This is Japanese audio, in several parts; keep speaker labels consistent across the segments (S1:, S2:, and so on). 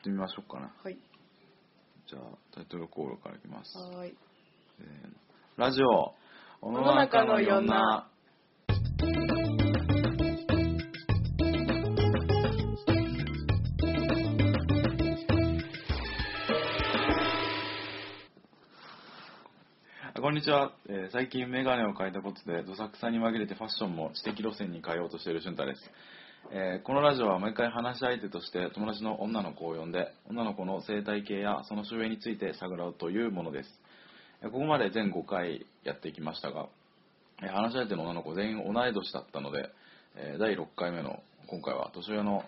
S1: ってみましょうかな
S2: はい
S1: じゃあタイトルコールからいきます
S2: はーい
S1: せーのラジオ世
S2: の中のよんな
S1: あこんにちは、えー最近メガネを変えたことでどさくさに紛れてファッションも知的路線に変えようとしている俊太です、えーこのラジオは毎回話し相手として友達の女の子を呼んで女の子の生態系やその周囲について探ろうというものですえーここまで全5回やってきましたがえー話し相手の女の子全員同い年だったので、えー第6回目の今回は年上の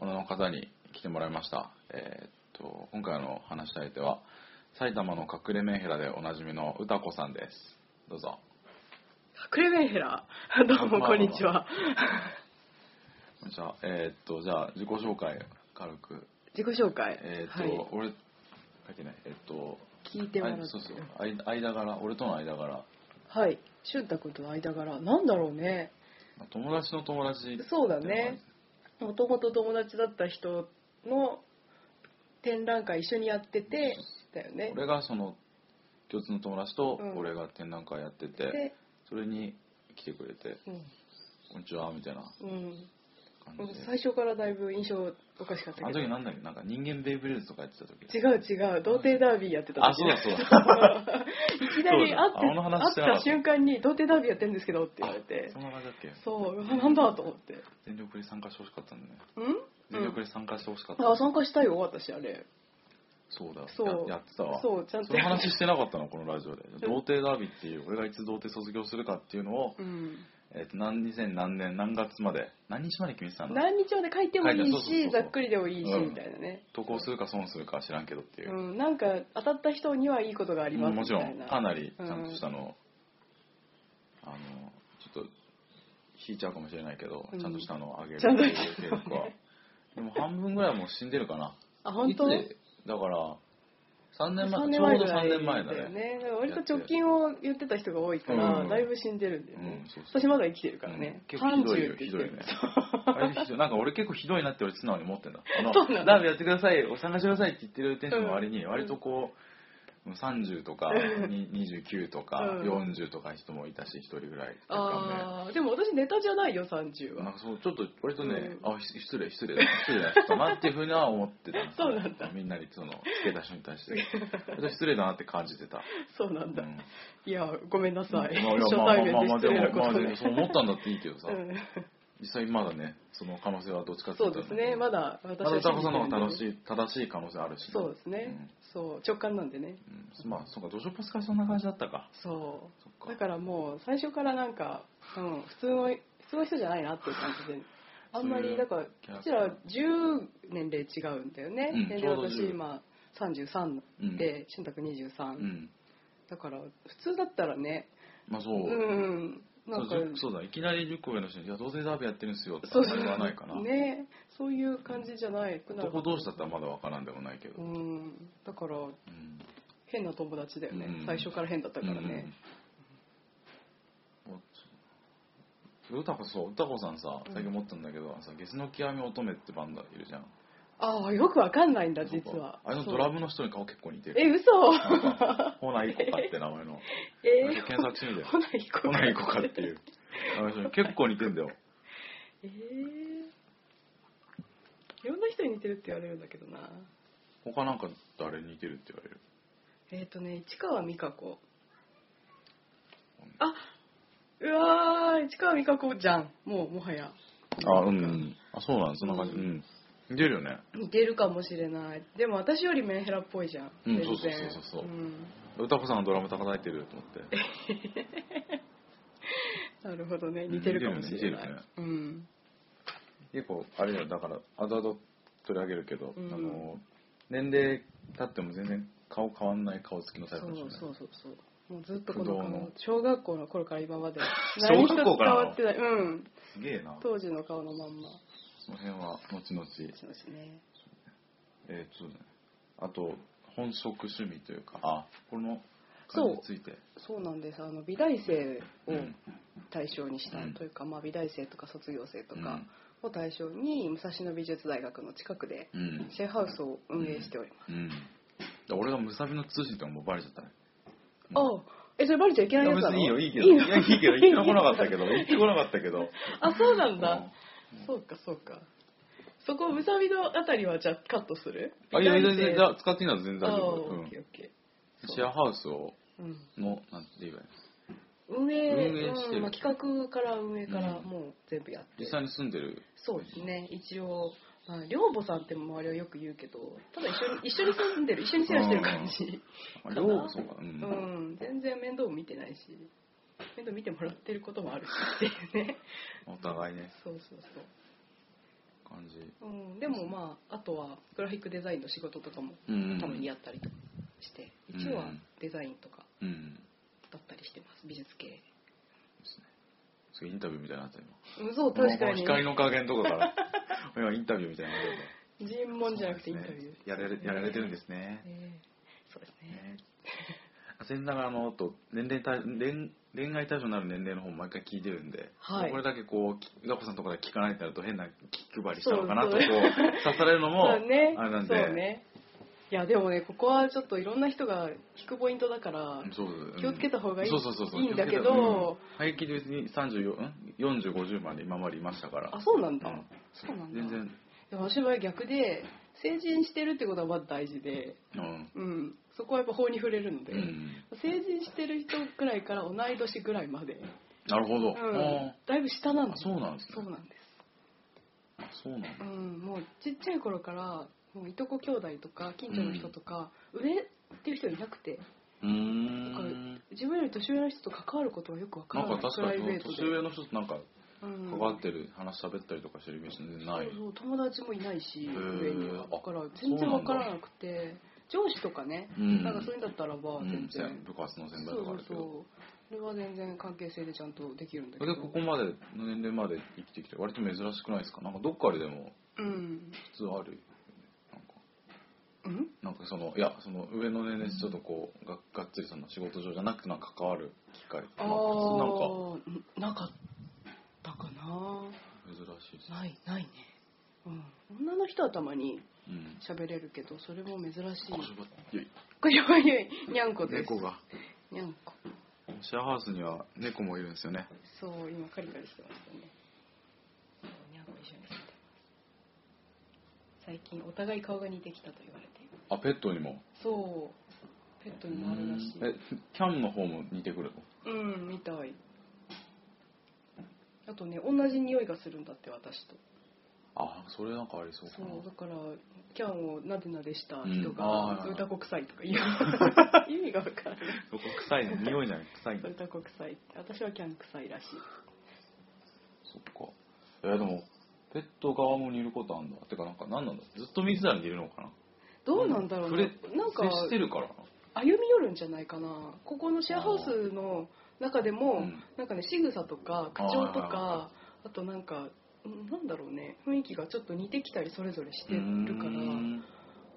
S1: 女の方に来てもらいました、えーっと今回の話し相手は埼玉の隠れメンヘラでおなじみの歌子さんですどうぞ
S2: 隠れメンヘラ どうもこんに ちは
S1: じゃあえーっとじゃあ自己紹介軽く
S2: 自己紹介
S1: えーっと、
S2: はい
S1: 俺書いてないえーっと
S2: 聞いてもらっ
S1: あ
S2: て
S1: そうそうあい間柄俺との間柄
S2: はい俊太君との間柄なんだろうね
S1: まあ友達の友達
S2: そうだねもともと友達だった人の展覧会一緒にやっててだよね
S1: 俺がその共通の友達と
S2: うん
S1: 俺が展覧会やってて、
S2: で
S1: それに来てくれて「こんにちは」みたいな
S2: うん、うん
S1: 感
S2: もう
S1: じで
S2: 最初からだいぶ印象おかしかった
S1: あの
S2: けど
S1: 時なんだっけなんか人間ベイブレーズとかやってた時
S2: 違う違う童貞ダービーや ってた
S1: あ
S2: 時
S1: そうだそうだ
S2: いきなり会っ
S1: そ
S2: て
S1: うだあの話してな
S2: 会
S1: か
S2: っ
S1: った
S2: た瞬間に童貞ダービーやってるんですけどって言われて
S1: そんな感じだっけ
S2: そううわなんだと思って
S1: 全力で参加してほしかったんだね
S2: うん、う
S1: 全力
S2: ん、
S1: で参加してほしかった、
S2: あ参加したよ私あれ
S1: そうだ
S2: そう
S1: ややってたわ
S2: そうちゃんと
S1: その話してなかったのこのラジオで
S2: ん
S1: 童貞ダービーっていう俺がいつ童貞卒業するかっていうのを、
S2: うん
S1: えー、と何2000何年何月まで何日まで決めてたんだ
S2: 何日まで書いてもいい
S1: 書いてそうそうそうそ
S2: し
S1: う
S2: ざっくりでもいいし
S1: うん
S2: みたいなね
S1: 渡航するか損するかは知らんけどっていうう、
S2: んなんか当たった人にはいいことがあります
S1: も
S2: み
S1: ち
S2: た
S1: ろ
S2: い
S1: ん
S2: な
S1: かなりちゃんとしたのを、あのちょっと引いちゃうかもしれないけど、
S2: うん
S1: ちゃんとしたのをあげるっ
S2: ちゃんと
S1: てい
S2: し
S1: う
S2: た
S1: 計
S2: のを
S1: 画は でも半分ぐらいはもう死んでるかな
S2: あ本当
S1: いつでだから3年前
S2: 3
S1: ちょうど
S2: ぐらい
S1: 3年前だね
S2: だから割と直近を言ってた人が多いから、
S1: うん
S2: だいぶ死んでるんだよね、
S1: うんそうそう
S2: 私まだ生きてるからね、
S1: うん結構ひどいよ
S2: 30って言
S1: ひ
S2: って
S1: どいよ
S2: る
S1: ねあれひどいなんか俺結構ひどいなって俺素直に思ってんだあの
S2: そうなの
S1: ラーメンやってくださいお探しくださいって言ってるテンションの割に割とこう30とかに29とか
S2: うん
S1: 40とか人もいたし1人ぐらいいたからね
S2: ああでも私ネタじゃないよ30
S1: なん
S2: は
S1: かそうちょっと割とね、
S2: う
S1: あし失礼失礼失礼な人だなっていうふうには思ってた
S2: そうなんだ
S1: みんなにそのつけた人に対して割と失礼だなって感じてた、
S2: そうなんだ、
S1: うん
S2: いやごめんなさい、
S1: まあいや
S2: 初
S1: まあ
S2: 対
S1: まあま
S2: 面
S1: あ
S2: で失
S1: で
S2: 礼な
S1: も
S2: こ
S1: まあ
S2: と
S1: で
S2: ね
S1: もそう思ったんだっていいけどさ、
S2: うん
S1: 実際まだねその可能性はどっちかってい
S2: そうう
S1: と
S2: ですねまだ私
S1: まだ歌子さんの方が正し
S2: い
S1: い正しい可能性あるしね
S2: そうですね、そう直感なんでね
S1: うんうんまあそうかドジョパスからそんな感じだったか
S2: そ
S1: そっ
S2: うだ
S1: か
S2: からもう最初からなんか、うん、普通の普通の人じゃないなっていう感 じであんま
S1: そうい
S2: り
S1: う
S2: だからこ
S1: キャラクタ
S2: ち
S1: ー
S2: ら10年齢違うんだよね、
S1: うん
S2: 年
S1: ちょうど
S2: 齢私
S1: 10
S2: 今33で、俊太君23、
S1: うん
S2: だから普通だったらね
S1: まあそう
S2: う、んなんか
S1: そうそうだいきなり10個上の人に「いやどうせダービーやってるんですよ」って
S2: そ
S1: あ
S2: う
S1: んまり言わないかな、
S2: ねそういう感じじゃないくな
S1: 男同士だったらまだわからんでもないけど、
S2: う
S1: うん
S2: んだから変な友達だよね、
S1: うん
S2: 最初から変だったからね、
S1: うんおそう歌子そう歌子さんさ
S2: うん
S1: 最近思ったんだけど、さゲスの極み乙女ってバンドいるじゃん
S2: ああよくわかんないんだ実
S1: そう
S2: は
S1: かあれのドラムの人に顔結構似てる
S2: え嘘
S1: なんかほないこかって名前 の
S2: えー、
S1: 検索してみて
S2: 来ない子
S1: 来ない子かっていうあの人結構似てんだよ
S2: えー、いろんな人に似てるって言われるんだけどな
S1: 他なんか誰似てるって言われる
S2: えっ、ー、とね市川美香子あうわー市川美香子じゃんもうもはや
S1: あうんあそうなんそんな感じ
S2: う
S1: うんん似てるよね
S2: 似てるかもしれないでも私よりメンヘラっぽいじゃん
S1: うん
S2: 全然
S1: そうそうそうそうそうん歌子さんのドラム叩いてると思って
S2: なるほどね似てるかもしれない、
S1: 似てるね
S2: うん
S1: 結構あれよだからあだだ取り上げるけど、
S2: うん
S1: あの年齢経っても全然顔変わんない顔つきの
S2: そ
S1: タイプ
S2: う
S1: かもしれない
S2: そうそうそうもうずっとこの
S1: 不動
S2: 顔
S1: の
S2: 小学校の頃から今まで
S1: 小学校から
S2: 何一つ変わってないうん
S1: すげえな
S2: 当時の顔のまんま
S1: その辺は後々
S2: そうですね
S1: えー、そうだねあと本職趣味というかあこの
S2: そう
S1: 感じについて
S2: そうなんですあの美大生
S1: う
S2: を
S1: ん
S2: 対象にした
S1: うん
S2: というか、まあ、美大生とか卒業生とか、
S1: うん
S2: を対象に武蔵野美術大学の近くで
S1: うん
S2: シェアハウスを運営しております、
S1: うん俺がムサビの通信ってのもバレちゃったね
S2: ああえそれバレちゃいけない
S1: い
S2: や
S1: や別
S2: つなの
S1: にいいよいいけど
S2: い
S1: い
S2: いの
S1: やいいけど言ってこなかったけど言ってこなかったけど
S2: あそうなんだ、そうかそうかそこむさびのあたりはじゃあカットする
S1: あいやいや
S2: ビタ
S1: いや
S2: リって
S1: じゃあ使っていいなら全然大
S2: あ
S1: 丈
S2: あ
S1: 夫、う
S2: オッ
S1: ん
S2: ケーオッケそう
S1: シェアハウスを
S2: ーうん
S1: のなんて言えばいいの
S2: 運営
S1: 運営してる
S2: うんまあ、企画から運営から
S1: うん
S2: もう全部やって、
S1: 実際に住んでる
S2: そうですね一応まあ寮母さんって周りはよく言うけどただ一緒に一緒に住んでる一緒に世話してる感じ
S1: あ
S2: かな
S1: 寮母そうかう、
S2: うんん全然面倒も見てないし面倒見てもらってることもあるしっていうね
S1: お互いね
S2: そうそう
S1: 感じ
S2: そう、うん、でもまああとはグラフィックデザインの仕事とかも
S1: うんうん
S2: たまにやったりとかして
S1: うん
S2: 一応はデザインとか
S1: うん
S2: だったりしてます美術系
S1: すごいインタビューみたいになった今
S2: うんそう確か
S1: もう
S2: に
S1: 光の加減とかから今インタビューみたいになってた
S2: 尋問じゃなくてインタビュー、
S1: やられやられてるんですね
S2: ねそうですね
S1: ね残念ながらあのと年齢対恋恋愛対象になる年齢の方も毎回聞いてるんで、
S2: はい
S1: これだけこうきガポさんのところで聞かないってなると変な気配りしたのかなと
S2: そ
S1: こ
S2: う
S1: う
S2: そう
S1: 刺されるのも
S2: ま
S1: あ
S2: あね
S1: れ、なん
S2: そ
S1: で、
S2: うねいやでもねここはちょっといろんな人が引くポイントだから
S1: うんそう
S2: 気をつけた方がいい,、
S1: そうそうそうそう
S2: いんだけ
S1: 気を
S2: ど、
S1: つけたうん、平気で別に304050まで今までいましたから
S2: あそうなんだ、
S1: うん
S2: そうなんだ
S1: 全然
S2: でも私の場合は逆で成人してるってことはまず大事で、
S1: うん、
S2: うん、そこはやっぱ法に触れるので、
S1: うん、
S2: 成人してる人くらいから同い年ぐらいまで、
S1: なるほど、あ
S2: うん、だいぶ下な
S1: ー
S2: の
S1: あそうなんです
S2: そう
S1: ね
S2: なんです
S1: あそうなんだ
S2: うん、もうちっちゃい頃からもういとこ兄弟とか近所の人とか、上っていう人いなくて
S1: うーん
S2: 自分より年上の人と関わることがよくわか
S1: な
S2: ら
S1: ん
S2: ない
S1: か確
S2: プ
S1: か
S2: ラ
S1: に
S2: イベートで
S1: 年上の人となんか
S2: うん
S1: 関わってる話喋ったりとかしてるイメージ全然ない、
S2: そうそう友達もいないし
S1: ー
S2: 上には
S1: あ
S2: だから全然わからなくて上司とかね、
S1: うん
S2: なんかそういうんだったらば
S1: うん
S2: 全然、
S1: 部活の先輩
S2: そ
S1: と
S2: う
S1: かあ
S2: そう
S1: るけ
S2: そう
S1: ど
S2: これは全然関係性でちゃんとできるんだ
S1: だ
S2: け
S1: け
S2: ど
S1: どここまでの年齢まで生きてきて割と珍しくないですかなんかどっかででも
S2: うん、
S1: 普通あるよねなんかなん
S2: うん、
S1: かそのいやその上の年齢ちょっとこうががっつりその仕事上じゃなくてなんか関わる機会と
S2: あ
S1: かなんか普
S2: ーなかったかな
S1: 通なんか珍しいです
S2: ないないね、うん、女の人はたまに
S1: うん
S2: 喋れるけどそれも珍しい
S1: 小芝ゆい
S2: これはゆいにゃんこです
S1: 猫が
S2: にゃんこ
S1: シェアハウスには猫もいるんですよね
S2: そう今カリカリしてましたねにゃんこ一緒に住んでます最近お互い顔が似てきたと言われている
S1: あペットにも
S2: そうペットにもあるらしい
S1: えキャンの方も似てくるの
S2: うんみたいあとね同じ匂いがするんだって私と
S1: あそれなんかありそうか
S2: そ
S1: な
S2: うだからキャンをなでなでした人
S1: うんあ
S2: が
S1: ー
S2: 「歌子臭い」とか言う 意味が分からない
S1: そこ臭いね匂いじゃない臭いんだ
S2: 歌子臭いって私はキャン臭いらしい
S1: そっか。えーでも、ペット側も似ることあんだ。てか、なんか、なんなんだずっと水なら似るのかな
S2: どうなんだろう
S1: 触
S2: ね
S1: れ、
S2: なんか
S1: 接してるからな。
S2: 歩み寄るんじゃないかなここのシェアハウスの中でも、
S1: うん
S2: なんかね仕草とか口
S1: あ
S2: 調と
S1: ーはいはい
S2: かあとなんかうんなんだろうね雰囲気がちょっと似てきたりそれぞれしてるから
S1: うー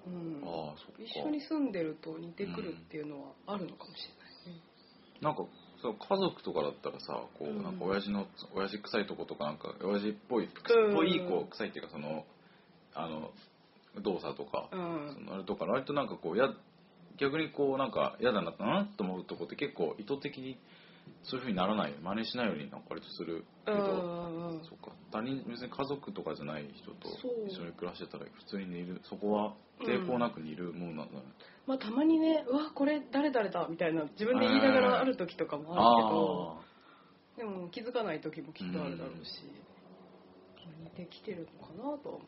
S2: うん
S1: んああ、そっか。
S2: 一緒に住んでると似てくるっていうのはあるのかもしれないね
S1: なんか、そう家族とかだったらさ、こ
S2: うん
S1: う、なんか親父の、親父臭いとことか、なんか、親父っぽい、っぽい、こう、臭いっていうか、その、あの、動作とか、
S2: うん、
S1: そのあれとか、割となんかこう、や、逆にこう、なんか、嫌だな、なと思うとこって結構意図的に、そういうふうにならないよ。真似しないようになんか割とするけ
S2: うんう
S1: ど、
S2: んうん
S1: そうか他人別に家族とかじゃない人と
S2: そう
S1: 一緒に暮らしてたら普通に似るそこは抵抗なく似るもんなんだね、
S2: まあたまにね「うわこれ誰誰だ」みたいな自分で言いながらある時とかもあるけ
S1: あ
S2: どでも気づかない時もきっとあるだろうし、似てきてるのかなとは思う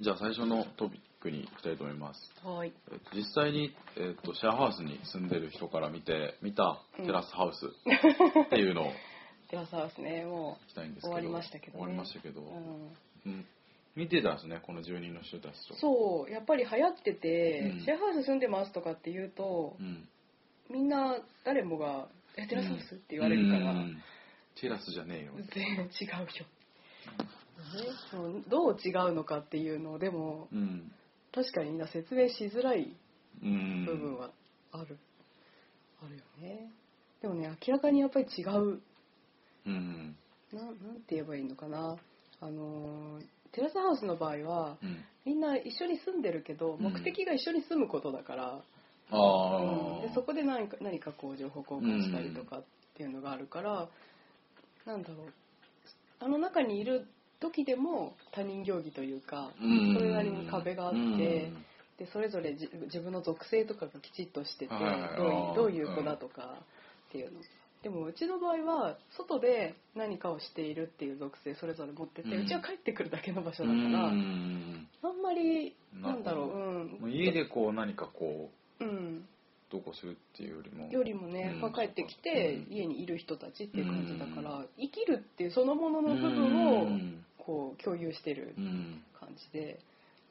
S1: ーじゃあ最初のトピックに行きたいと思います、
S2: はい、
S1: えっと実際に、えっとシェアハウスに住んでる人から見て見たテラスハ ウスっていうのを
S2: ではさですねも
S1: 聞きたいんですけど
S2: 終わりましたけどね
S1: 終わりましたけど
S2: う、うん、
S1: うん見てたんですねこの住人の人たちと
S2: そうやっぱり流行ってて、
S1: うん
S2: シェアハウス住んでますとかって言うと
S1: う、ん
S2: みんな誰もが「えテラスハウス?」って言われるから、
S1: うんテラスじゃねえよ
S2: 全然違うよ、ねそのどう違うのかっていうのをでも
S1: うん
S2: 確かにみんな説明しづらい
S1: うん
S2: 部分はある、あるよねでもね明らかにやっぱり違う
S1: うん
S2: ななんて言えばいいのかなあのーテラスハウスの場合は
S1: うん
S2: みんな一緒に住んでるけど
S1: うん
S2: 目的が一緒に住むことだから、
S1: ああ、
S2: うんでそこで何か何かこう情報交換したりとかっていうのがあるから、なんだろうあの中にいる時でも他人行儀というか、
S1: うん
S2: それなりに壁があって、
S1: うん
S2: でそれぞれじ自分の属性とかがきちっとしててど
S1: は
S2: う
S1: いはい
S2: いうどういう
S1: あー
S2: 子だとかっていうの。でもうちの場合は外で何かをしているっていう属性それぞれ持ってて、
S1: う
S2: うんちは帰ってくるだけの場所
S1: う
S2: だから、
S1: ん
S2: あんまりなんだろう、
S1: なる
S2: うん
S1: もう家でこう何かこう
S2: うん、
S1: どうこうするっていうよりも
S2: よりもね、
S1: うん
S2: 帰ってきて
S1: うん
S2: 家にいる人たちっていう感じだから、
S1: う
S2: 生きるっていうそのものの部
S1: う
S2: 分を
S1: ん
S2: こう共有してる
S1: うん
S2: 感じで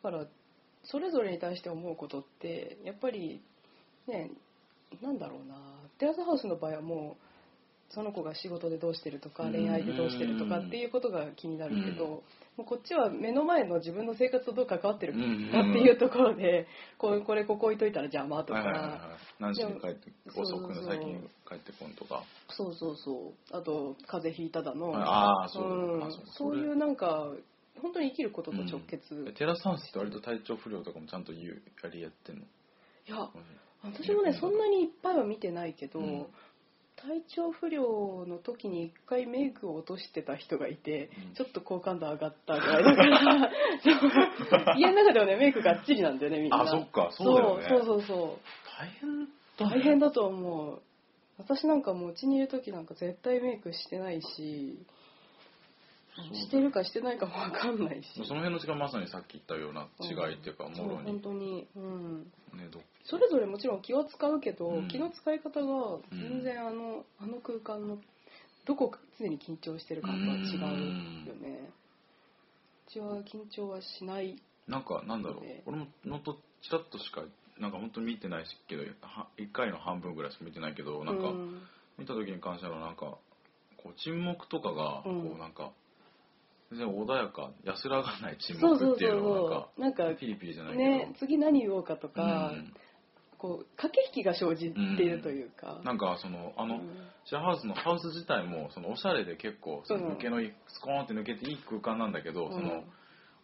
S2: だからそれぞれに対して思うことってやっぱりねなんだろうなテラスハウスの場合はもうその子が仕事でどうしてるとか
S1: うん
S2: 恋愛でどうしてるとかっていうことが気になるけど、
S1: うん
S2: もうこっちは目の前の自分の生活とどう関わってる
S1: うん
S2: かっていうところでこうこれここ置いといたら邪魔と
S1: はいはいはい
S2: か。
S1: はい何時に帰って
S2: そう
S1: 遅
S2: そう
S1: くの最近帰ってこんとか
S2: そうそうそうあと風邪ひいただの
S1: ああそう
S2: うん
S1: あ
S2: そういうなんか本当に生きることと直結、
S1: それ
S2: い
S1: テラスハウスって割と体調不良とかもちゃんと言うやりやってんの
S2: や私もねそんなにいっぱいは見てないけど、
S1: うん
S2: 体調不良の時に一回メイクを落としてた人がいて、
S1: うん
S2: ちょっと好感度上がったぐらいだから そう家の中ではねメイクがっちりなんだよねみんな
S1: あそっかそうだよね
S2: そうそうそうそう
S1: 大変
S2: 大変だと思う私なんかもう家にいる時なんか絶対メイクしてないし
S1: そうだよ
S2: してるかしてないかも分かんないし
S1: その辺の違いまさにさっき言ったような違いっていうかも
S2: そう
S1: ろに
S2: 本当に、うん、
S1: ねど
S2: それぞれもちろん気は使うけど、
S1: うん
S2: 気の使い方が全然あの,、あの空間のどこか常に緊張してる感とは違うよねうちは緊張はしない
S1: なんかなんだろう
S2: ね
S1: 俺ものとちらっとしかなんか本当に見てないしけどは1回の半分ぐらいしか見てないけどなんか、
S2: うん
S1: 見た時に関してはなんかこう沈黙とかが
S2: うん
S1: こうなんか全然穏やか安らがない沈
S2: そうそ
S1: 黙
S2: う
S1: って
S2: そう
S1: いうのをなんか
S2: そうなんか
S1: ピリピリじゃないけど、
S2: ね次何言おうかと
S1: う
S2: か、
S1: ん、
S2: こう駆け引きが生じているというか、
S1: なんかそのあの、
S2: うん
S1: シェアハウスのハウス自体もそのおしゃれで結構その抜けのいい、スコーンって抜けていい空間なんだけど、
S2: うん
S1: その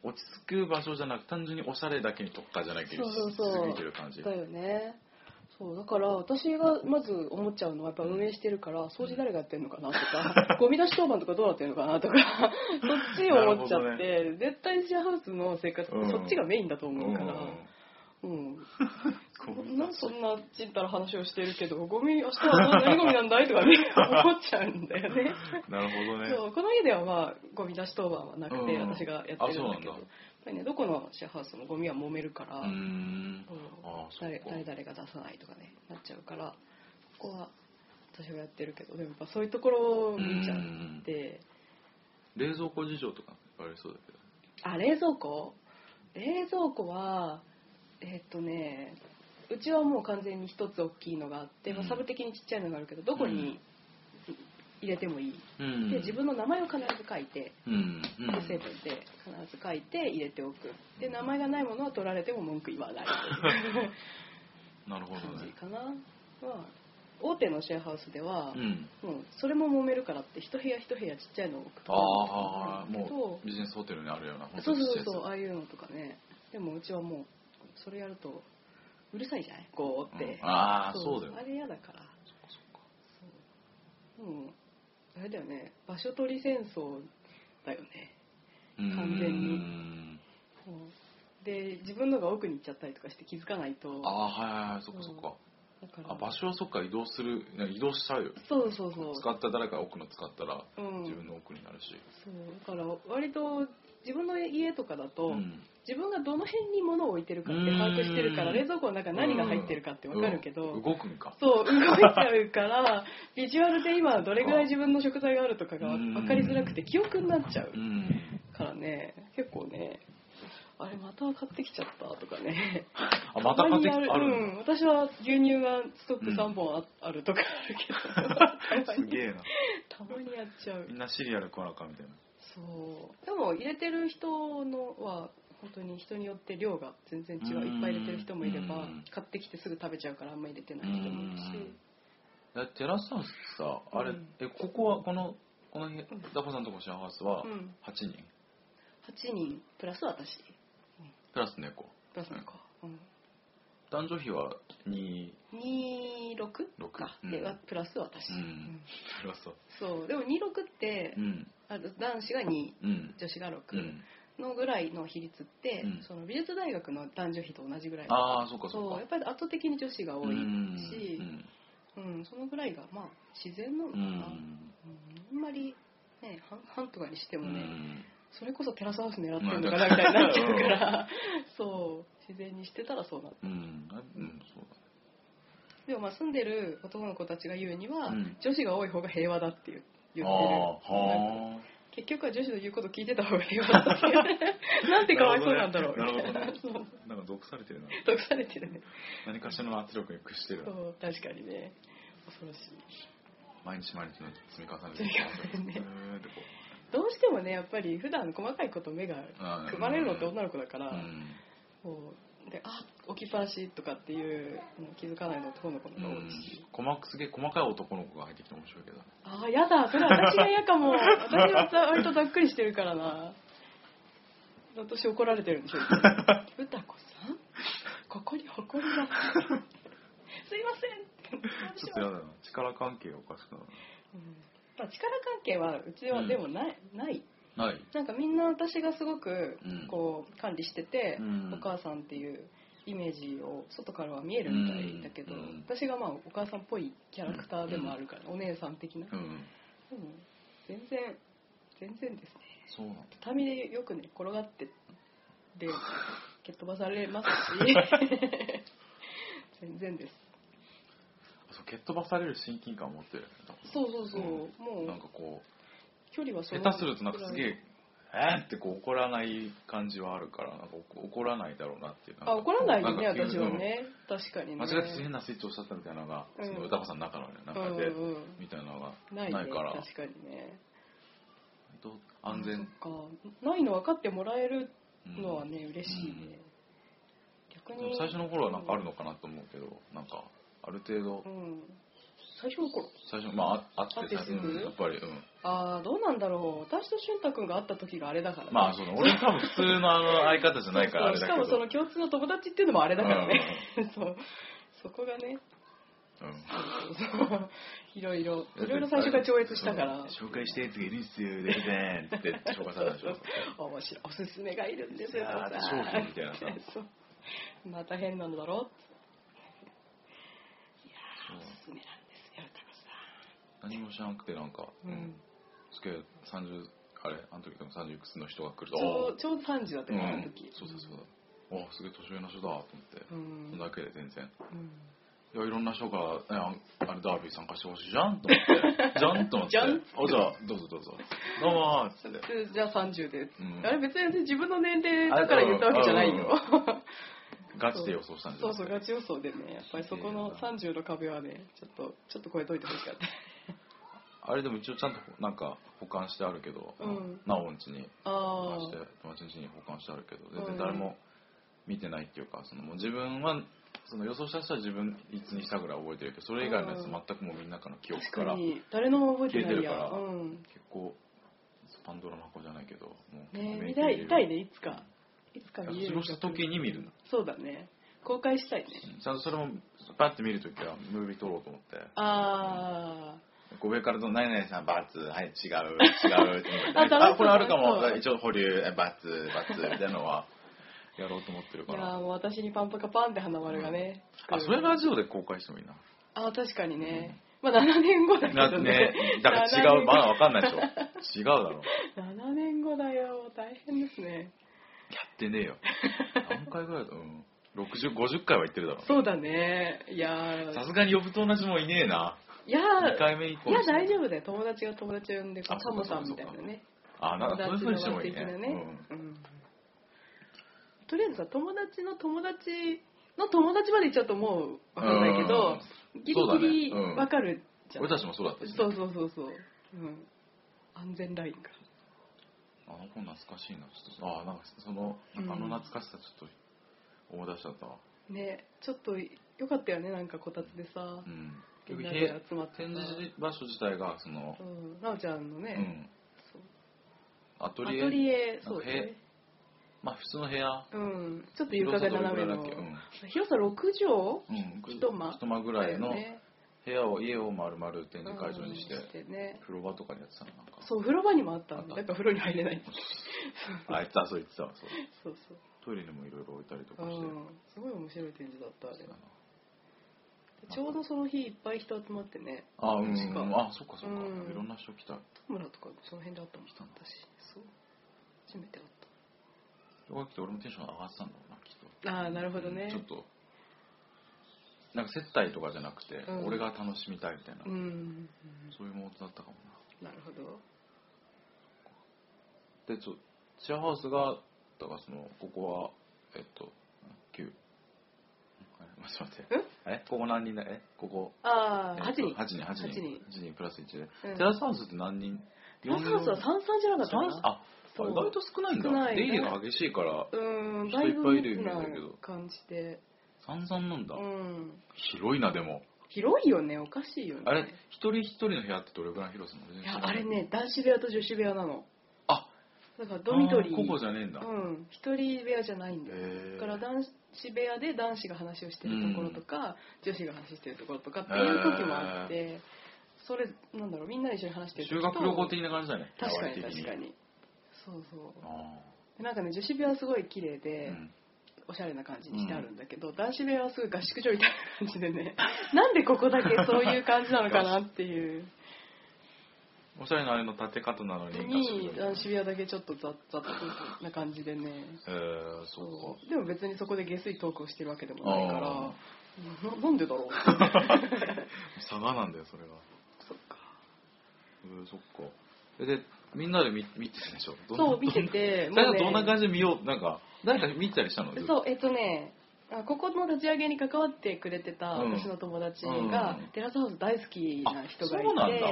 S1: 落ち着く場所じゃなく単純におしゃれだけに特化じゃないけど
S2: そうそうそう
S1: 続いてる感じ
S2: だよねそうだから私がまず思っちゃうのはやっぱ運営してるから掃除誰がやってるのかなとか ゴミ出し当番とかどうなってるのかなとかそっちを思っちゃ
S1: なる
S2: っ
S1: ほど
S2: て、絶対シェアハウスの生活って
S1: うん
S2: そっちがメインだと
S1: う
S2: 思
S1: ん
S2: うから、うん
S1: ゴミ
S2: なんでそんなちんたら話をしてるけどゴミ明日は何ゴミなんだいと かね思っちゃうんだよね。
S1: なるほどね
S2: そうこの家ではまあゴミ出し当番はなくて、
S1: うん
S2: 私がやってるんだ
S1: あ
S2: けど
S1: そうなんだ
S2: やっぱりねどこのシェアハウスもゴミは揉めるから、
S1: うーん
S2: うん
S1: ああそ
S2: 誰
S1: っか
S2: 誰々が出さないとかねなっちゃうからここは私はやってるけどでもやっぱそういうところを見ちゃって
S1: 冷蔵庫事情とかありそうだけど
S2: あ冷蔵庫冷蔵庫はえーっとねうちはもう完全に一つ大きいのがあって、ま
S1: う
S2: あ、
S1: ん
S2: サブ的にちっちゃいのがあるけどどこに入れてもいい、
S1: うん
S2: で自分の名前を必ず書いて
S1: うんうん
S2: 成分で必ず書いて入れておくで名前がないものは取られても文句言わない
S1: なるほど
S2: 感じ
S1: ね
S2: かな、まあ、大手のシェアハウスでは
S1: う、ん
S2: もうそれも揉めるからって一部屋一部屋ちっちゃいのを置くと
S1: ああ
S2: うんけ
S1: も
S2: ど
S1: うビジネスホテルにあるような本
S2: そ
S1: 当
S2: う
S1: に
S2: そう
S1: 施設
S2: そうああいうのとかねでもうちはもうそれやるとうるさいじゃないこうって、
S1: うんああそうだよ
S2: あ
S1: ね
S2: れ嫌だからそうもうあれだよね場所取り戦争だよね完全に
S1: に
S2: もうで自分のが奥に行っちゃったりとかして気づかないと
S1: ああはいはいはいそっかそっか
S2: だから
S1: あ場所はそっか移動するね移動しちゃうよ
S2: そうそうそう
S1: 使った誰か奥の使ったら
S2: うん、
S1: 自分の奥になるし
S2: そうだから割と自分の家とかだと、
S1: うん
S2: 自分がどの辺に物を置いてるかって把握してるから
S1: うん
S2: 冷蔵庫の中に何が入ってるかって分かるけど、
S1: うん動くんか
S2: そう動いちゃうからビジュアルで今どれぐらい自分の食材があるとかが
S1: うん
S2: 分かりづらくて記憶になっちゃう
S1: うん
S2: からね結構ねあれまた買ってきちゃったとかね
S1: あまた買ってき
S2: たま
S1: た
S2: にや
S1: あ
S2: るう
S1: る
S2: ん私は牛乳がストック3本あ,、るとかあるけどた
S1: す
S2: まに
S1: げえな
S2: たまにやっちゃう
S1: みんなシリアル食わなあかんみたいな
S2: そうそうでも入れてる人のは本当に人によって量が全然違う
S1: うん
S2: いっぱい入れてる人もいれ
S1: う
S2: ば
S1: ん
S2: 買ってきてすぐ食べちゃうからあんま入れてない人もいるし
S1: だテラスハウスさあれ、
S2: うん
S1: えここはこのこの辺
S2: ん
S1: ダポさんとこのシェアハウスは
S2: うん
S1: 8人、
S2: 8人プラス私
S1: プラス猫
S2: プラスなんか、うん、
S1: 男女比は2
S2: 26か、
S1: うん
S2: でわプラス私、
S1: う
S2: うんん
S1: プラス
S2: そうでも26って
S1: うん
S2: あの男子が2
S1: うん
S2: 女子が6、
S1: うん
S2: のぐらいの比率って、
S1: うん
S2: その美術大学の男女比と同じぐらい
S1: ああそうかそう
S2: そう
S1: か
S2: やっぱり圧倒的に女子が多
S1: う
S2: い、うん
S1: ん
S2: し
S1: うん
S2: そのぐらいがまあ自然なの
S1: う
S2: かな、うん
S1: ん
S2: あんまり、ね、半半とかにして
S1: う
S2: もね、
S1: ん
S2: それこそテラスハウス狙ってるのかなみたいになっちゃう から、そう自然にしてたらそうなの
S1: うんあうんそう
S2: でもまあ住んでる男の子たちが言うには、
S1: うん
S2: 女子が多い方が平和だっていう言
S1: だ
S2: っ
S1: ああ
S2: てる
S1: はあ
S2: 結局は女子の言うこと聞いてた方が平和だって いうなんてかわいそうなんだろうみ
S1: なるほ
S2: た
S1: ど
S2: いな
S1: ね
S2: そう
S1: なんか毒されてるな
S2: 得されてるね
S1: 何かしらの圧力に屈してる
S2: そ
S1: な
S2: う確かにね恐ろしい
S1: 毎日毎日の積み重ねで
S2: 積み重ねね
S1: うーんってこ
S2: どうしてもねやっぱり普段細かいこと目が
S1: うん
S2: 配れるのって女の子だか
S1: う
S2: ら、
S1: うん
S2: こうであ置きっぱなしとかっていうの気づかないの男の子の
S1: う
S2: 方が多
S1: ん
S2: いし、
S1: 細くすげえ細かい男の子が入ってきて面白いけど
S2: ああやだそれ私が嫌かも私はさ割とざっくりしてるからな私怒られてるんでしょ 歌子さんここに誇りがすいません
S1: ちょっとやだな力関係がおかしくなる
S2: うんまあ、力関係はうちはでもない,、ない
S1: なない
S2: なんかみんな私がすごく
S1: うん
S2: こう管理してて、
S1: うん
S2: お母さんっていうイメージを外からは見えるみたいだけど、
S1: うんうん
S2: 私がまあお母さんっぽいキャラクターでもあるから、お姉さん的な、
S1: う
S2: で
S1: ん
S2: も全然全然ですね
S1: そうなんだ
S2: 畳でよくね転がってで蹴っ飛ばされます し全然です
S1: そう蹴っ飛ばされる親近感を持ってるよね多分
S2: そうそうそう、
S1: うん
S2: も
S1: なん
S2: う
S1: かこ
S2: 距離は
S1: う
S2: その
S1: 下手するとなんかすげ
S2: ぐらい
S1: ええーってこう怒らない感じはあるからなんか怒怒らないだろうなっていう
S2: あ怒らないよね
S1: んか
S2: 私はね確かにね
S1: 間違って変なスイッチ押しちゃったみたいなのが、
S2: うん
S1: その歌子さんの中のねなん
S2: う
S1: か
S2: ん
S1: で、
S2: うん
S1: みたいなのが
S2: ない
S1: ない
S2: ね
S1: から
S2: 確かにね
S1: 割と安全
S2: あそっかないの分かってもらえる
S1: うん
S2: のはね、嬉しいね、
S1: うん
S2: 逆
S1: でも
S2: に
S1: 最初の頃はなんかあるのかなと思うけどなんかある程度
S2: うん最初の頃
S1: 最初まあああって
S2: あ
S1: さ
S2: ってすぐ
S1: うんやっぱりうん
S2: ああどうなんだろう私と俊太君が会った時があれだからね、
S1: まあその俺多分普通のあの相方じゃないからあれ
S2: そ
S1: だ
S2: うしか
S1: け
S2: もそ
S1: ど
S2: の共通の友達っていうのもあれだからね、 そうそこがね
S1: うんうん
S2: そう そういろいろいろいろ最初が超越したから
S1: そう紹介したやつがいるんすよレジェンって紹介されたでしょ
S2: 面白いおすすめがいるんですよ
S1: さあ商品みたいなさ
S2: そうまた変なのだろいやーおすすめなんですよ
S1: 何も知らなくてなんか、
S2: うん
S1: すげえ30あれあの時でも30いくつの人が来ると
S2: 高さんちょうちょうど3時だった
S1: う
S2: よ
S1: ん
S2: ねあの時、
S1: そうそうそうだあすげえ年上の人だと思って、
S2: うん
S1: そんだけで全然
S2: うん
S1: いやいろんな人が、ね、ああれダービー参加してほしいじゃんと思ってじゃんと思って
S2: じゃん
S1: あじゃあどうぞどうぞどうもーっつって
S2: でじゃあ30で、
S1: ん
S2: あれ別に自分の年齢だから言ったわけじゃないよ
S1: あガチで予想したんです
S2: そうそうガチ予想でねやっぱりそこの30の壁はねちょっとちょっと超えといてほしかった
S1: あれでも一応ちゃんとなんか保管してあるけど、
S2: うん
S1: なおんちに保
S2: あ
S1: 管して
S2: あ
S1: 友達んちに保管してあるけど
S2: う
S1: 全然
S2: ん
S1: 誰も見てないっていうかそのもう自分はその予想した人は自分いつにしたぐらい覚えてるけどそれ以外のやつ
S2: うん
S1: 全くもうみんなからの記憶か
S2: 確から
S1: 結
S2: に誰のも覚えてな
S1: 消えて
S2: いや
S1: るから
S2: うん
S1: 構パンドラの箱じゃないけどもう
S2: ね
S1: 免疫
S2: 見た
S1: 入
S2: い
S1: れる
S2: 見たいねいつかいつか見れ
S1: 過
S2: る
S1: ごした時に見るの
S2: そうだね公開したいね
S1: ちゃんとそれもパッて見るときはムービー撮ろうと思って
S2: あ
S1: こう上からどんな何々さんバツはい違う違う
S2: あ楽しそう
S1: これあるかも
S2: 楽しそ
S1: 一
S2: う
S1: 応保留えバツバツみたいなのはやろうと思ってる
S2: あ
S1: か
S2: いやー
S1: ら
S2: もう私にパンパカパンって花丸がね、
S1: あそれラジオで公開してもいい な
S2: あ確かにね、まあ7年後だけ
S1: な
S2: ど
S1: ね
S2: ね
S1: だから 違うまだ
S2: 7
S1: わかんないでしょ違うだろや
S2: 年7年後だよ大変ですね
S1: ってねえよ何回ぐらいだうん6050回は言ってるだろ
S2: そうだねいやー
S1: さすがに呼ぶと同じもんいねえない
S2: や
S1: 2
S2: ー
S1: 回目以降
S2: いや大丈夫だよ友達が友達を呼んでこ
S1: あ
S2: うタモさんみたいな
S1: そうかそう
S2: ね
S1: あなんかそういうふうにしてもいいね
S2: 友達の輪的な
S1: うん
S2: うんとりあえずさ友達の友達の友達まで行っちゃうともう分かんないけど、ギリギリ
S1: そうだねうん
S2: 分かるじゃん、
S1: 俺たちもそうだったしね
S2: そうそうそうそう、うん、安全ラインが
S1: あの子懐かしいなちょっとああなんかその、
S2: うん
S1: あの懐かしさちょっと思い出しちゃったわ
S2: ねちょっとよかったよねなんかこたつでさ
S1: うん
S2: み
S1: 結
S2: んな
S1: 局
S2: で
S1: へ
S2: 集まって
S1: 展
S2: さ
S1: 示場所自体がその、
S2: うんなおちゃんの
S1: う
S2: ね、
S1: ん、
S2: そう
S1: アト
S2: アト
S1: リエ
S2: リエそうだ
S1: なんか
S2: ね
S1: へまあ普通の部屋
S2: うんちょっと床が斜めの
S1: 広さどれくらいだっ
S2: 広さ6
S1: け
S2: 畳
S1: うん、うん、
S2: 一間
S1: 一間ぐら
S2: だ
S1: い
S2: よ
S1: の
S2: ね
S1: 部屋を家を丸々展示会場にして、
S2: うんしてね
S1: 風呂場とかにやってたのなんか
S2: そう風呂場にもあった
S1: あっ
S2: ん
S1: た
S2: だだから風呂に入れない
S1: あいつはそう言ってたわそう
S2: そうそう
S1: トイレにもいろいろ置いたりとか
S2: う
S1: して、
S2: んすごい面白い展示だったあれ
S1: そうだな
S2: ちょうどその日いっぱい人集まってね
S1: あうん、
S2: 確か
S1: あそっかそっか、
S2: うん
S1: いろんな人来た
S2: 田村とかその辺であったもん私そう初めて会っ
S1: 人が来て俺もテンション上がってたんだろうなきっと
S2: たああなるほど
S1: うん
S2: ね
S1: ちょっとなんか接待とかじゃなくて、
S2: うん
S1: 俺が楽しみたいみたいな、
S2: うんうん
S1: そういうモードだったかも
S2: なるほど
S1: なでちょシェアハウスがだからそのここはえっと9ちょっと待ってえここ何人だえここ
S2: あ
S1: え
S2: あ
S1: っと
S2: 8人
S1: 8人8人
S2: 八人
S1: 八人プラス1で、
S2: うん
S1: テラスハウスって何人
S2: 炭酸素
S1: 三
S2: は三三じゃなかったかな
S1: あ意
S2: そう
S1: 外と少ないんだ
S2: 少ない
S1: 出入りが激しいから
S2: うん
S1: 人
S2: だ
S1: い
S2: い
S1: っ
S2: ぶ
S1: ぱいいる
S2: 密
S1: イメー
S2: な
S1: ジだけど
S2: 感じで
S1: 三々なんだ、
S2: うん
S1: 広いなでも
S2: 広いよねおかしいよね
S1: あれ一人一人の部屋ってどれぐらいの広さなの全
S2: い
S1: 然知
S2: や
S1: らな
S2: あ
S1: い
S2: れね男子部屋と女子部屋なの
S1: あ
S2: だからドミトリ
S1: あ
S2: ー
S1: ーここじゃねえんだ、
S2: うん一人部屋じゃないんだよ
S1: へ
S2: だ
S1: ー
S2: から男子部屋で男子が話をしてるところとか、女子が話してるところとかっていう時もあって、それなんだろうみんなで一緒に話してる時
S1: 修
S2: と
S1: 学旅行的な感じだね
S2: 確か
S1: 割
S2: に
S1: と
S2: 確かにそうそ
S1: あ
S2: うなんかね女子部屋はすごい綺麗
S1: あ、
S2: で、
S1: うん
S2: おしゃれな感じにしてあるんだけど、男子部屋はすごい合宿所みたいな感じでね なんでここだけそういう感じなのかなっていう
S1: おしゃれなあれの建て方なのに
S2: に
S1: 合宿所
S2: 男子部屋だけちょっと雑雑な感じでね
S1: えー、そう
S2: そうでも別にそこで下水トークをしてるわけでもないから
S1: あ
S2: ななんでだろ う
S1: か差がなんだよそれが
S2: そっか
S1: えー、そっかえでみんなで見見てたでしょどん
S2: そう見てて
S1: どん
S2: も
S1: 最
S2: う
S1: 初どんな
S2: ね
S1: 感じで見ようなんか誰か見てたりしたのずっと
S2: そうえっとねあここの立ち上げに関わってくれてた
S1: うん
S2: 私の友達
S1: う
S2: が
S1: んうん
S2: テラスハウス大好きな人がい
S1: あそうなん
S2: て
S1: だ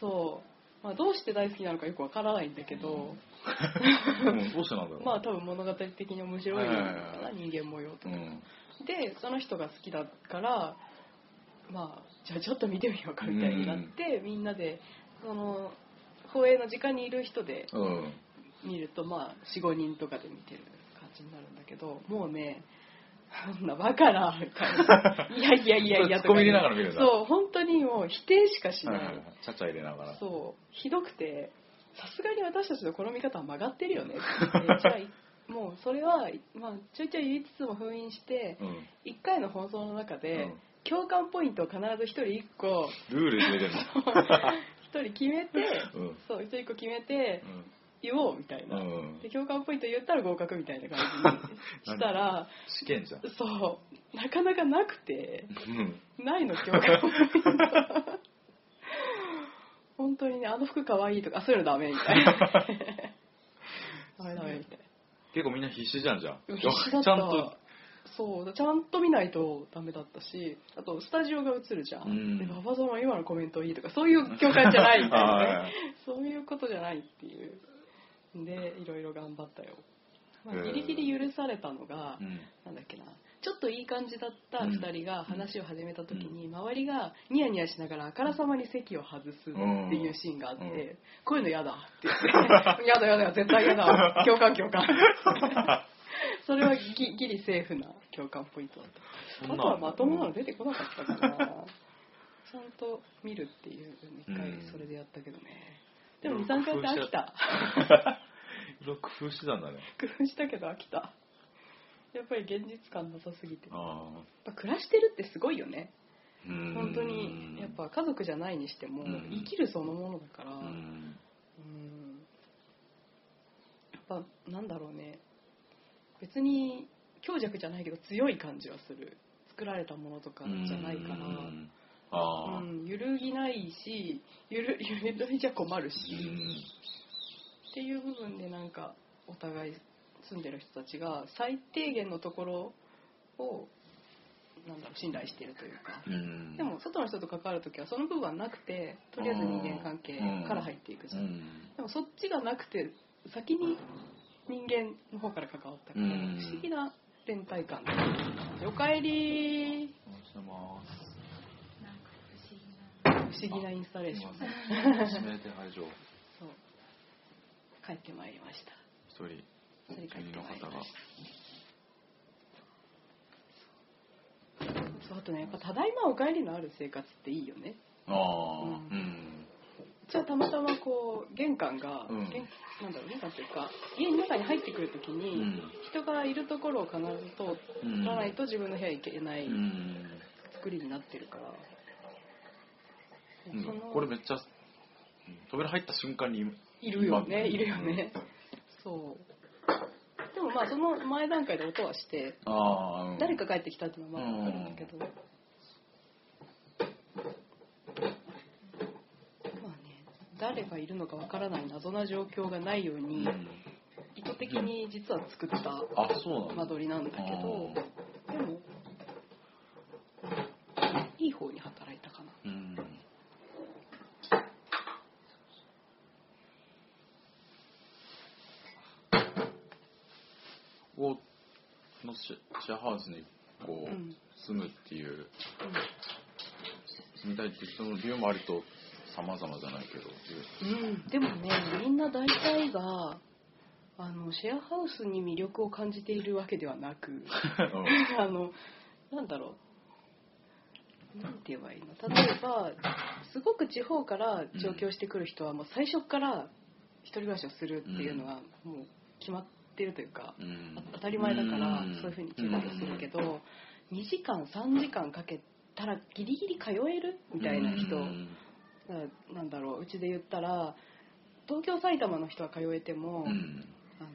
S2: そうまあどうして大好きなのかよくわからないんだけど
S1: うんどうしてなんだろう
S2: まあ多分物語的に面白いのかな
S1: はい
S2: 人間模様と
S1: う
S2: か
S1: ん
S2: でその人が好きだからまあじゃあちょっと見てみようかみたいになって、みんなでその放映の時間にいる人で
S1: うん
S2: 見るとまあ45人とかで見てる感じになるんだけどもうねそんなバカなみたい ないやいやいやいや
S1: それ突っ込み入れながら見るんだ
S2: そう本当にもう否定しかしない,、
S1: はいはいはいちゃちゃ入れながら
S2: そうひどくてさすがに私たちのこの見方は曲がって るよねって言ってじゃあいもうそれは、まあ、ちょいちょい言いつつも封印して、
S1: うん
S2: 1回の放送の中で、
S1: うん
S2: 共感ポイントを必ず1人1個
S1: ルール入れ てんの
S2: 1人決めて、
S1: うん
S2: そう1人1個決めて言おうみた いな、
S1: うんうん
S2: で共感ポイント言ったら合格みたいな感じにしたら
S1: 試験じゃん
S2: そうなかなかなくて
S1: うん
S2: ないの共感ポイント 本当にねあの服かわいいとかあそういうのダメみた いなあれダメみたいな
S1: 結構みんな必死じゃんじゃん
S2: 必死だった
S1: ちゃんと
S2: そうちゃんと見ないとダメだったしあとスタジオが映るじゃん、
S1: うん
S2: で馬場さんは今のコメントいいとかそういう教感じゃないみたいな
S1: は
S2: ね
S1: い
S2: そういうことじゃないっていうんでいろいろ頑張ったよ、まあ
S1: へー
S2: ギリギリ許されたのが、
S1: うん
S2: なんだっけなちょっといい感じだった
S1: うん
S2: 2人が話を始めた時に周りがニヤニヤしながらあからさまに席を外すっていうシーンがあって、
S1: うんうん
S2: こういうの嫌だって 言って「嫌だ嫌だ絶対嫌だ共感 共感」 それはギギリセーフな共感ポイントだった
S1: そ
S2: あ
S1: ん
S2: と
S1: な
S2: はまともな の出てこなかったからちゃんと見るっていう一回それでやったけどね、でも23回やって飽きた
S1: いろいろ工夫してたんだね
S2: 工夫したけど飽きたやっぱり現実感なさすぎてやっ
S1: ああ
S2: ぱ暮らしてるってすごいよね
S1: うん
S2: 本当にやっぱ家族じゃないにしても
S1: うん
S2: 生きるそのものだから
S1: う
S2: うん
S1: ん
S2: やっぱなんだろうね別に強弱じゃないけど強い感じはする作られたものとかじゃないから
S1: うんああ
S2: うん揺るぎないし揺る 揺るいじゃ困るし
S1: うん
S2: っていう部分でなんかお互い住んでる人たちが最低限のところをなんだろう信頼してるというか、
S1: うん
S2: でも外の人と関わる時はその部分はなくてとりあえず人間関係から入っていくじ
S1: う
S2: ゃん、
S1: ん
S2: でもそっちがなくて先に人間の方から関わったから
S1: う
S2: 不
S1: ん
S2: 思議な連帯感おかえり
S1: お願いします
S3: なんか不思議な。
S2: 不思議なインスタレーション
S1: すいません指名手配上
S2: そう帰ってまいりました
S1: 一人
S2: それ帰って
S1: 国の
S2: まいり
S1: 方
S2: ま
S1: が
S2: したそうあとねやっぱ「ただいまおかえり」のある生活っていいよね
S1: ああ
S2: う
S1: うん
S2: じゃあたまたまこう玄関が、
S1: うん
S2: 玄なんだろう玄関っていうか家の中に入ってくるとき
S1: う
S2: に、
S1: ん
S2: 人がいるところを必ず通
S1: うん
S2: らないと自分の部屋行けな
S1: う
S2: い
S1: ん
S2: 作りになってるから、
S1: うん
S2: その
S1: これめっちゃ扉入った瞬間に
S2: いるよ
S1: 今
S2: ねいるよねそうでもまあその前段階で音はして
S1: ああ、うん
S2: 誰か帰ってきたっていうのはまだ分かるんだけど、まあね誰がいるのかわからない謎な状況がないよう
S1: う
S2: に
S1: ん
S2: 意図的に実は作った
S1: あそうなんだ
S2: 間取りなんだけどでもいい方に働いたかな
S1: うんここのシェシェアハウスにこう、
S2: うん
S1: 住むっていう住みたいっていう人の理由もありと様々じゃないけど
S2: うん、うん、でもねみんな大体があのシェアハウスに魅力を感じているわけではな くあのなんだろうなんて言えばいいの例えばすごく地方から上京してくる人はもう最初から一人暮らしをするっていうのはもう決まってるというか、
S1: うん
S2: あ当たり前だから
S1: うん
S2: そういうふうに決まりをするけど、2時間3時間かけたらギリギリ通えるみたいな人、
S1: うん
S2: ななんだろううちで言ったら東京埼玉の人は通えても、
S1: うん
S2: あの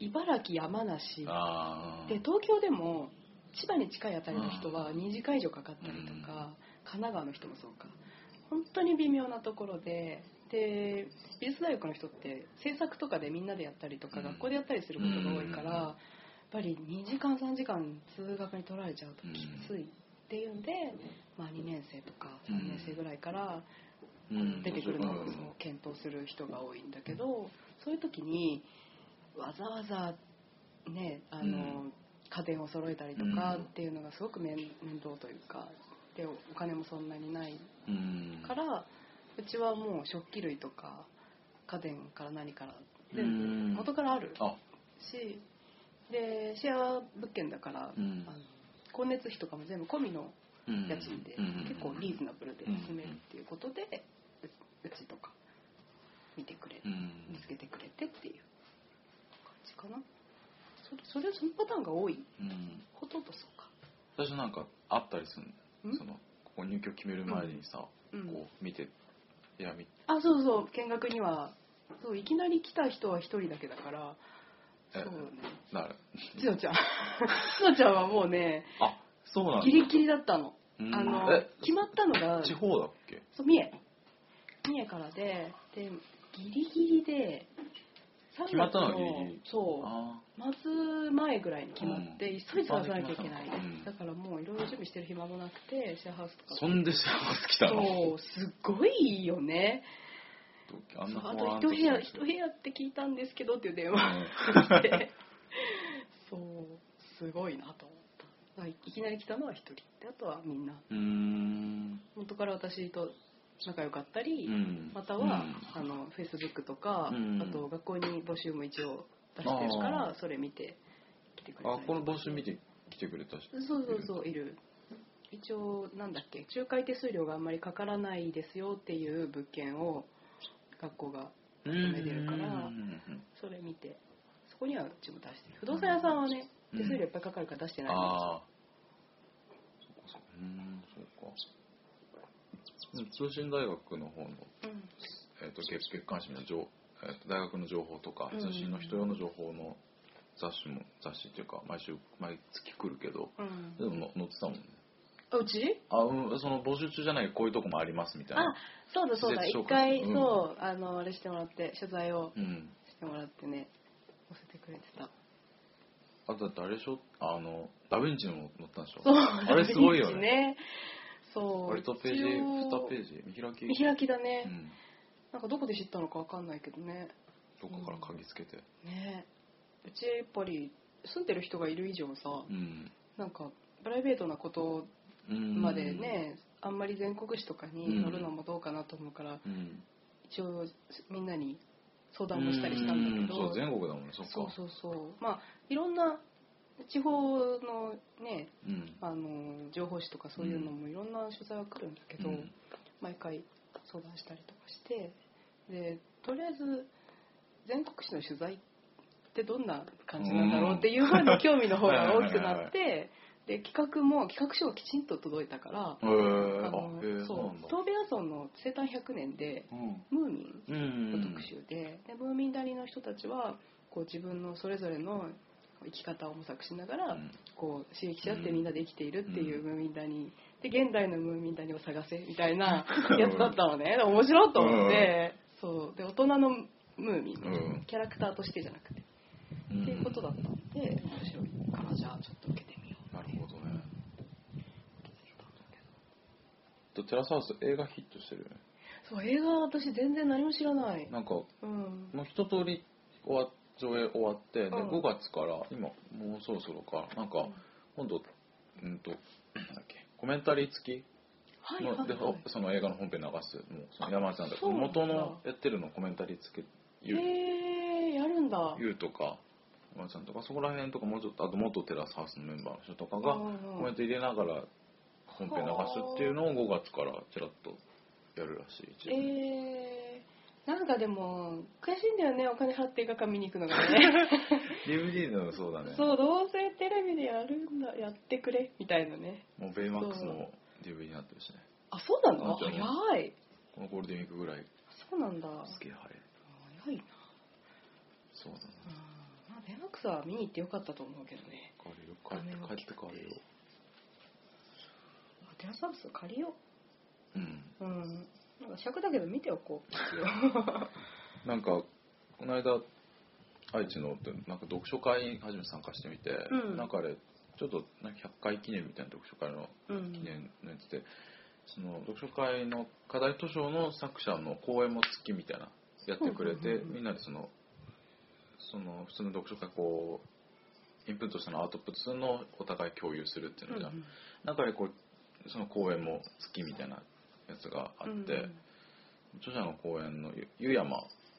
S2: 茨城山梨
S1: あー
S2: で東京でも千葉に近いあたりの人は2時間以上かかったりとか、神奈川の人もそうか本当に微妙なところでで美術大学の人って制作とかでみんなでやったりとか、
S1: うん
S2: 学校でやったりすることが多いから、やっぱり2時間3時間通学に取られちゃうときついっていうんで、まあ、2年生とか3年生ぐらいから
S1: うん
S2: 出てくるのをそうう検討する人が多いんだけどそういう時にわざわざねあの、
S1: うん
S2: 家電を揃えたりとか
S1: うん
S2: っていうのがすごく面面倒というかでお金もそんなにない
S1: うん
S2: からうちはもう食器類とか家電から何から全部
S1: うん
S2: 元からある
S1: あ
S2: しでシェア物件だから、
S1: うん
S2: あの光熱費とかも全部込みの
S1: うん
S2: 家賃で
S1: うんうんうん
S2: 結構リーズナブルで住めるっていうことでううちとか見てくれる
S1: うん
S2: 見つけてくれてっていう感じかなそれそれそのパターンが多い
S1: うん
S2: ほとんどそうか
S1: 最初なんかあったりする
S2: ん
S1: のそのここ入居決める前にさ、
S2: うん
S1: こう見ていや見
S2: あそうそう見学にはそういきなり来た人は一人だけだからそ
S1: え
S2: うね
S1: なる
S2: ちのちゃんちのちゃんはもうね
S1: あそうなんだ
S2: ギリギリだったの
S1: うん
S2: あの
S1: え
S2: 決まったのが
S1: 地方だっけ
S2: そう三重三重からででギリギリで3
S1: 決まったのがギリギリ
S2: そう
S1: あ
S2: まず前ぐらいに決まって、
S1: うん
S2: 急いで探さなきゃいけない、
S1: うん
S2: だからもういろいろ準備してる暇もなくてシェアハウスと
S1: ー
S2: か
S1: そんで幸せ 来たの
S2: そうすごいいいよね
S1: あん
S2: そ
S1: な
S2: う
S1: 不
S2: あ
S1: 安
S2: と一部屋一部屋って聞いたんですけどっていう電話をして そうすごいなと思っただからいきなり来たのは一人であとはみんな
S1: うーん
S2: 元から私と仲良かったり、
S1: うん
S2: または、あのフェイスブックとか、
S1: うん
S2: あと学校に募集も一応出してるか
S1: あ
S2: らそれ見て来てく
S1: うん
S2: れた
S1: あ
S2: り
S1: この募集見て来てくれたし
S2: そうそうそういる一応なんだっけ仲介手数料があんまりかからないですよっていう物件を学校が
S1: う
S2: 求めてるから
S1: うんうん
S2: それ見てそこにはうちも出して不動産屋さんはね
S1: うん
S2: 手数料いっぱいかかるから出してないんです
S1: ああそっかそっかうーんそうかうん通信大学の方の、
S2: うん
S1: えー、と月月刊誌の情、えーと大学の情報とか
S2: うん
S1: 通信の人用の情報の雑誌も雑誌っていうか毎週毎月来るけど
S2: うん
S1: でもの載ってたもんね
S2: あうち
S1: あうんその募集中じゃないけどこういうとこもありますみたい
S2: あ
S1: な
S2: そうだそうだ
S1: 施設
S2: 一
S1: 紹介
S2: 回そうあのあれしてもらって取材を
S1: うん
S2: してもらってね載せてくれてた
S1: あとだってあれでしょあのダヴィンチのも載ったんでしょ
S2: そう
S1: あれすごいよね
S2: そう
S1: 割とページ
S2: 一
S1: 2
S2: 応
S1: ページ見開き
S2: 見開きだね、
S1: うん
S2: なんかどこで知ったのかわかんないけどね。
S1: どどっかから嗅ぎつけて
S2: ねえうちやっぱり住んでる人がいる以上さ
S1: うん、
S2: なんかプライベートなこと
S1: うん、
S2: までね、あんまり全国紙とかに載るのもどうかなと思うから、
S1: うん
S2: 一応みんなに相談もしたりしたんだけど
S1: うんそう全国だもんねそっか
S2: そうそうそうまあいろんな地方のね
S1: うん
S2: あの情報誌とかそういうのもいろんな取材が来るんだけど、
S1: うん
S2: 毎回相談したりとかしてでとりあえず全国紙の取材ってどんな感じなんだろうっていうふうに興味の方が大きくなってで企画も企画書がきちんと届いたから
S1: へえー、
S2: あ
S1: あ
S2: の
S1: へえ
S2: そ
S1: そう
S2: う
S1: なんだ
S2: 東米阿蘇の生誕100年で
S1: うん
S2: ムーミン
S1: うん
S2: 特集で,、でムーミン谷の人たちはこう自分のそれぞれの生き方を模索しながら、
S1: うん
S2: こう刺激し合ってみんなで生きているっていううんムーミン谷で現代のムーミン谷を探せみたいなやつだったのね面白いと思って、そうで大人のムーミン、
S1: うん
S2: キャラクターとしてじゃなくて、
S1: うん
S2: っていうことだったので面白いからじゃあちょっと受けてみよう
S1: なるほどね
S2: って言ったんだけど
S1: とテラスハウス映画ヒットしてるよね
S2: そう映画は私全然何も知らない、
S1: なんか
S2: うん、
S1: もう一通り終わ上映終わって、で
S2: うん
S1: 5月から今もうそろそろかなんか今度うんとなんだっけコメンタリー付き
S2: はい
S1: の、
S2: はい、はい、
S1: でほその映画の本編流すもうその山内さんだ
S2: そうなんだ
S1: 元のやってるのコメンタリー付きゆう,、
S2: へえやるんだ
S1: ゆうとか山内さんとかそこら辺とかもうちょっとあと元テラスハウスのメンバーの人とかが
S2: うんうん
S1: コメント入れながら本編流すっていうのを5月からちらっとやるらしい一応ね
S2: えー、なんかでも悔しいんだよねお金払って映画館見に行くのが ね
S1: DVD のそうだね
S2: そうどうせテレビでやるんだやってくれみたいなね
S1: もうベイマックスも DVD になってるしね
S2: あそうな
S1: な
S2: の
S1: っちゃうね
S2: 早い
S1: このゴールデンウィークぐらい
S2: そうなんだ
S1: すげえ早い
S2: 早いな
S1: そうだね
S2: うんまあベイマックスは見に行ってよかったと思うけどね
S1: 帰れよ帰って帰って帰れよ
S2: あテラサウス借りよ
S1: うん
S2: ううんなんか尺だけど見ておこう
S1: なんかこの間愛知のってなんか読書会初めて参加してみて、
S2: うん
S1: なんかあれちょっとなんか100回記念みたいな読書会の
S2: うん
S1: 記念のやつで、その読書会の課題図書の作者の講演も付きみたいなやってくれて、
S2: うんうんうんうん
S1: みんなでそのその普通の読書会こうインプットしたのアウトプットするのをお互い共有するっていう
S2: う
S1: の
S2: ん
S1: じゃん、中でこうその講演も付きみたいなやつがあって、
S2: うん
S1: 著者の講演のゆ湯山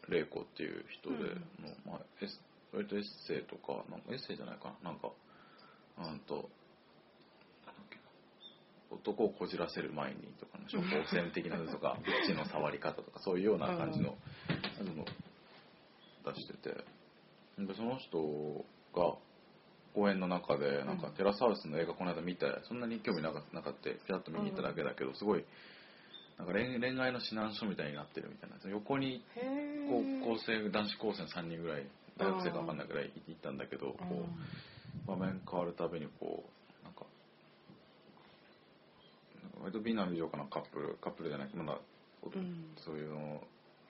S1: 玲子っていう人で、
S2: うん
S1: のまあ、エス割とエッセイとかなんかエッセイじゃないかななんかうんとなんだっけ男をこじらせる前にとかの処方箋的なのと かビッチの触り方とかそういうような感じのあの出しててでその人が講演の中でなんか
S2: うん
S1: テラサウスの映画この間見てそんなに興味なかなかったピラッと見に行っただけだけどすごいなんか恋恋愛の指南書みたいになってるみたいなその横に
S2: へえ
S1: 高校生男子高生の3人ぐらい大学生か分かんないぐらいいたんだけどこ
S2: うん
S1: う場面変わるたびにこうなんかなんか割と美男美女かなカップルカップルじゃないまだお
S2: うん
S1: そういうの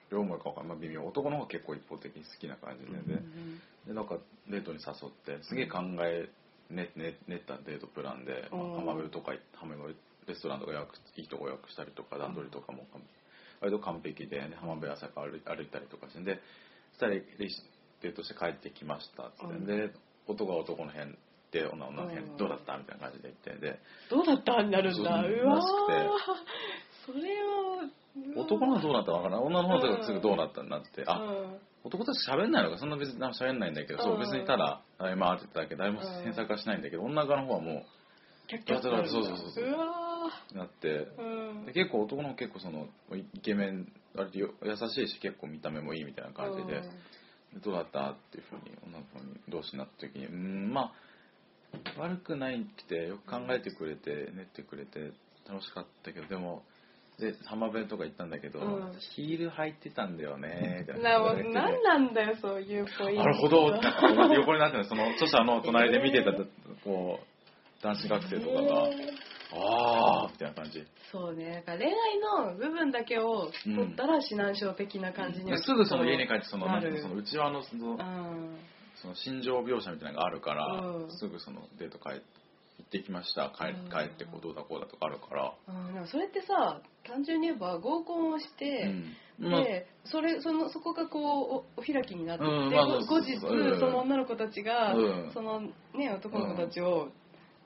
S1: 両思いか分かんない、まあ、微妙男の方が結構一方的に好きな感じで,、
S2: うんうん
S1: でなんかデートに誘ってすげえ考え練、ねね、ったデートプランで、
S2: うん
S1: 浜辺とか行って浜辺のレストランとか予約いいとこ予約したりとか段取りとかも完割と完璧で、ね、浜辺朝から歩い歩いたりとかしてで2人でデートして帰ってきましたっつって、
S2: うん
S1: で男が男の辺で女は女の辺、
S2: うん
S1: どうだったみたいな感じで言ってで
S2: どうだったになるんだ
S1: そう
S2: うわー
S1: らし
S2: それをうわー
S1: 男の方どうなったか分からない女の方がすぐどうなったになって、あ
S2: うん
S1: 男たち喋んないのかそんな別に何も喋んないんだけど、そううん別にただ「あ今」って言っただけ誰も
S2: うん
S1: 詮索はしないんだけど、女側の方はも
S2: キャッキャッとなるんだ
S1: そうそうそうそう
S2: わ
S1: うなって
S2: ーうん
S1: で結構男の方結構そのイイケメン割とよ優しいし結構見た目もいいみたいな感じで
S2: うん
S1: でどうだったっていうふうに女の子に同士になった時にうーんまあ悪くないくてよく考えてくれて練ってくれて楽しかったけどでもで浜辺とか行ったんだけど、
S2: うん
S1: ヒール履いてたんだよねみたいな
S2: なも
S1: こと
S2: う
S1: 言われて
S2: 何なんだよそういうポイント
S1: なるほど、なんか横になってるその著者の隣で見てた、こう男子学生とかが、
S2: ね
S1: あーみたいな感じ。
S2: そうねだから恋愛の部分だけを取ったら指南書的な感じには
S1: ですぐその家に帰って、その、
S2: な
S1: なん
S2: る
S1: ていうのその内輪のその
S2: うん
S1: その心情描写みたいなのがあるから
S2: う、ん
S1: すぐそのデート帰って行っってきました帰
S2: うん
S1: 帰ってこうどうだこうだとかあるから、
S2: あーでもそれってさ単純に言えば合コンをして、
S1: うんまあ
S2: でそれそのそこがこうおお開きになってって、
S1: うんまあ
S2: ご
S1: そう
S2: 後日
S1: そうそううん
S2: その女の子たちが、
S1: うん
S2: そのね男の子たちを、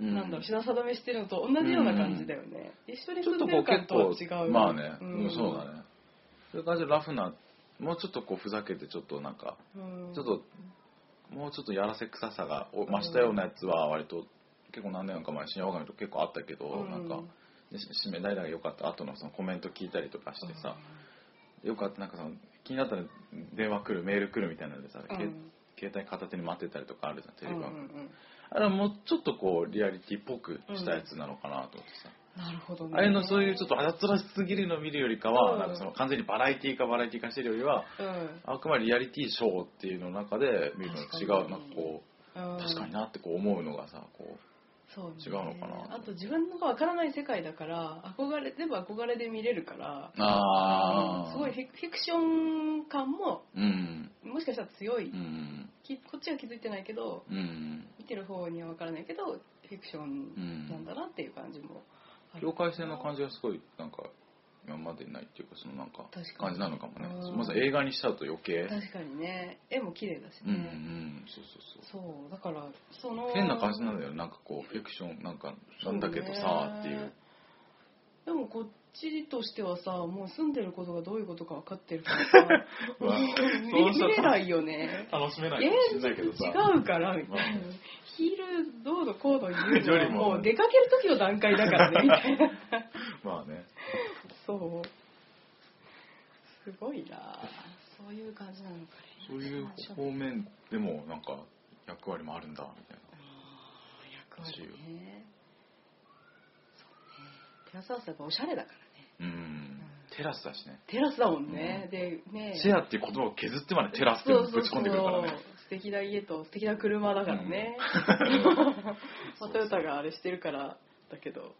S1: うん
S2: なんだろう品定めしてるのと同じような感じだよね、一緒に
S1: ちょ
S2: 住
S1: っ
S2: ん
S1: と
S2: で
S1: こう
S2: る
S1: 結
S2: 感とは
S1: 構
S2: 違う
S1: まあね、
S2: ん
S1: うんそうだねそういう感じでラフなもうちょっとこうふざけてちょっとなんか
S2: うん
S1: ちょっともうちょっとやらせ臭さがお増したようなやつは割と結構何年か前深夜オガミと結構あったけど、
S2: うん
S1: なんかでし締め代々が良かった後のそのコメント聞いたりとかしてさ、よくあってなんかその気になったら電話来るメール来るみたいなのでさ、
S2: うん
S1: け携帯片手に待ってたりとかあるじゃんテレビ番
S2: うんう
S1: 組、
S2: んうん
S1: あれはもうちょっとこうリアリティっぽくしたやつなのかなと思ってさ、
S2: なるほどね
S1: ああいうのそういうちょっとあやつらしすぎるのを見るよりかは、
S2: うん
S1: なんかその完全にバラエティーかバラエティー化してるよりは
S2: うん
S1: あくまでリアリティショーっていうの中で見るの違う
S2: 確かに
S1: なんかこう
S2: 確
S1: 確かになってこう思うのがさこ
S2: そう、ね、
S1: 違うのかな
S2: あと自分のがわからない世界だから憧れ全部憧れで見れるから
S1: うああ
S2: すごいフィクフィクション感も
S1: うん
S2: もしかしたら強い、
S1: うん
S2: きこっちは気づいてないけど
S1: うん
S2: 見てる方にはわからないけどフィクショ
S1: う
S2: ンなん
S1: ん
S2: だなっていう感じもある
S1: 境界線の感じがすごいなんか今までにないっていうかそのなんか
S2: 確かに
S1: 感じなのかもね
S2: うん
S1: まず映画にしちゃうと余計
S2: 確かにね絵も綺麗だし
S1: うんう
S2: ね、
S1: んそうそうそ
S2: そうだからその
S1: う変な感じなんだよなんかこうフィクションなんかなんだけどさっていう
S2: でもこっちとしてはさもう住んでることがどういうことか分かってるからさ
S1: うわ
S2: 見
S1: そうし
S2: 見
S1: たら
S2: れないよね
S1: 楽しめないか
S2: 現
S1: もしれ
S2: 実
S1: ないけどさ
S2: 違うからみたいな
S1: まあね
S2: ヒールどうのこうの言うの
S1: よ
S2: は
S1: りも
S2: もう出かける時の段階だからねみたいな
S1: まあね
S2: そうすごいなそういう感じなのかね
S1: そういう方面でもなんか役割もあるんだみたいな
S2: あー役割ねそうねテラスハウスはやっぱおしゃれだからね
S1: うんテラスだしね
S2: テラスだもんね、でね
S1: シェアっていう言葉を削ってまでテラスって
S2: そう
S1: ぶ
S2: そう
S1: ち
S2: そ
S1: 込
S2: うん
S1: でくるからね
S2: 素敵な家と素 敵な車だからね、まあトヨタがあれしてるからだけど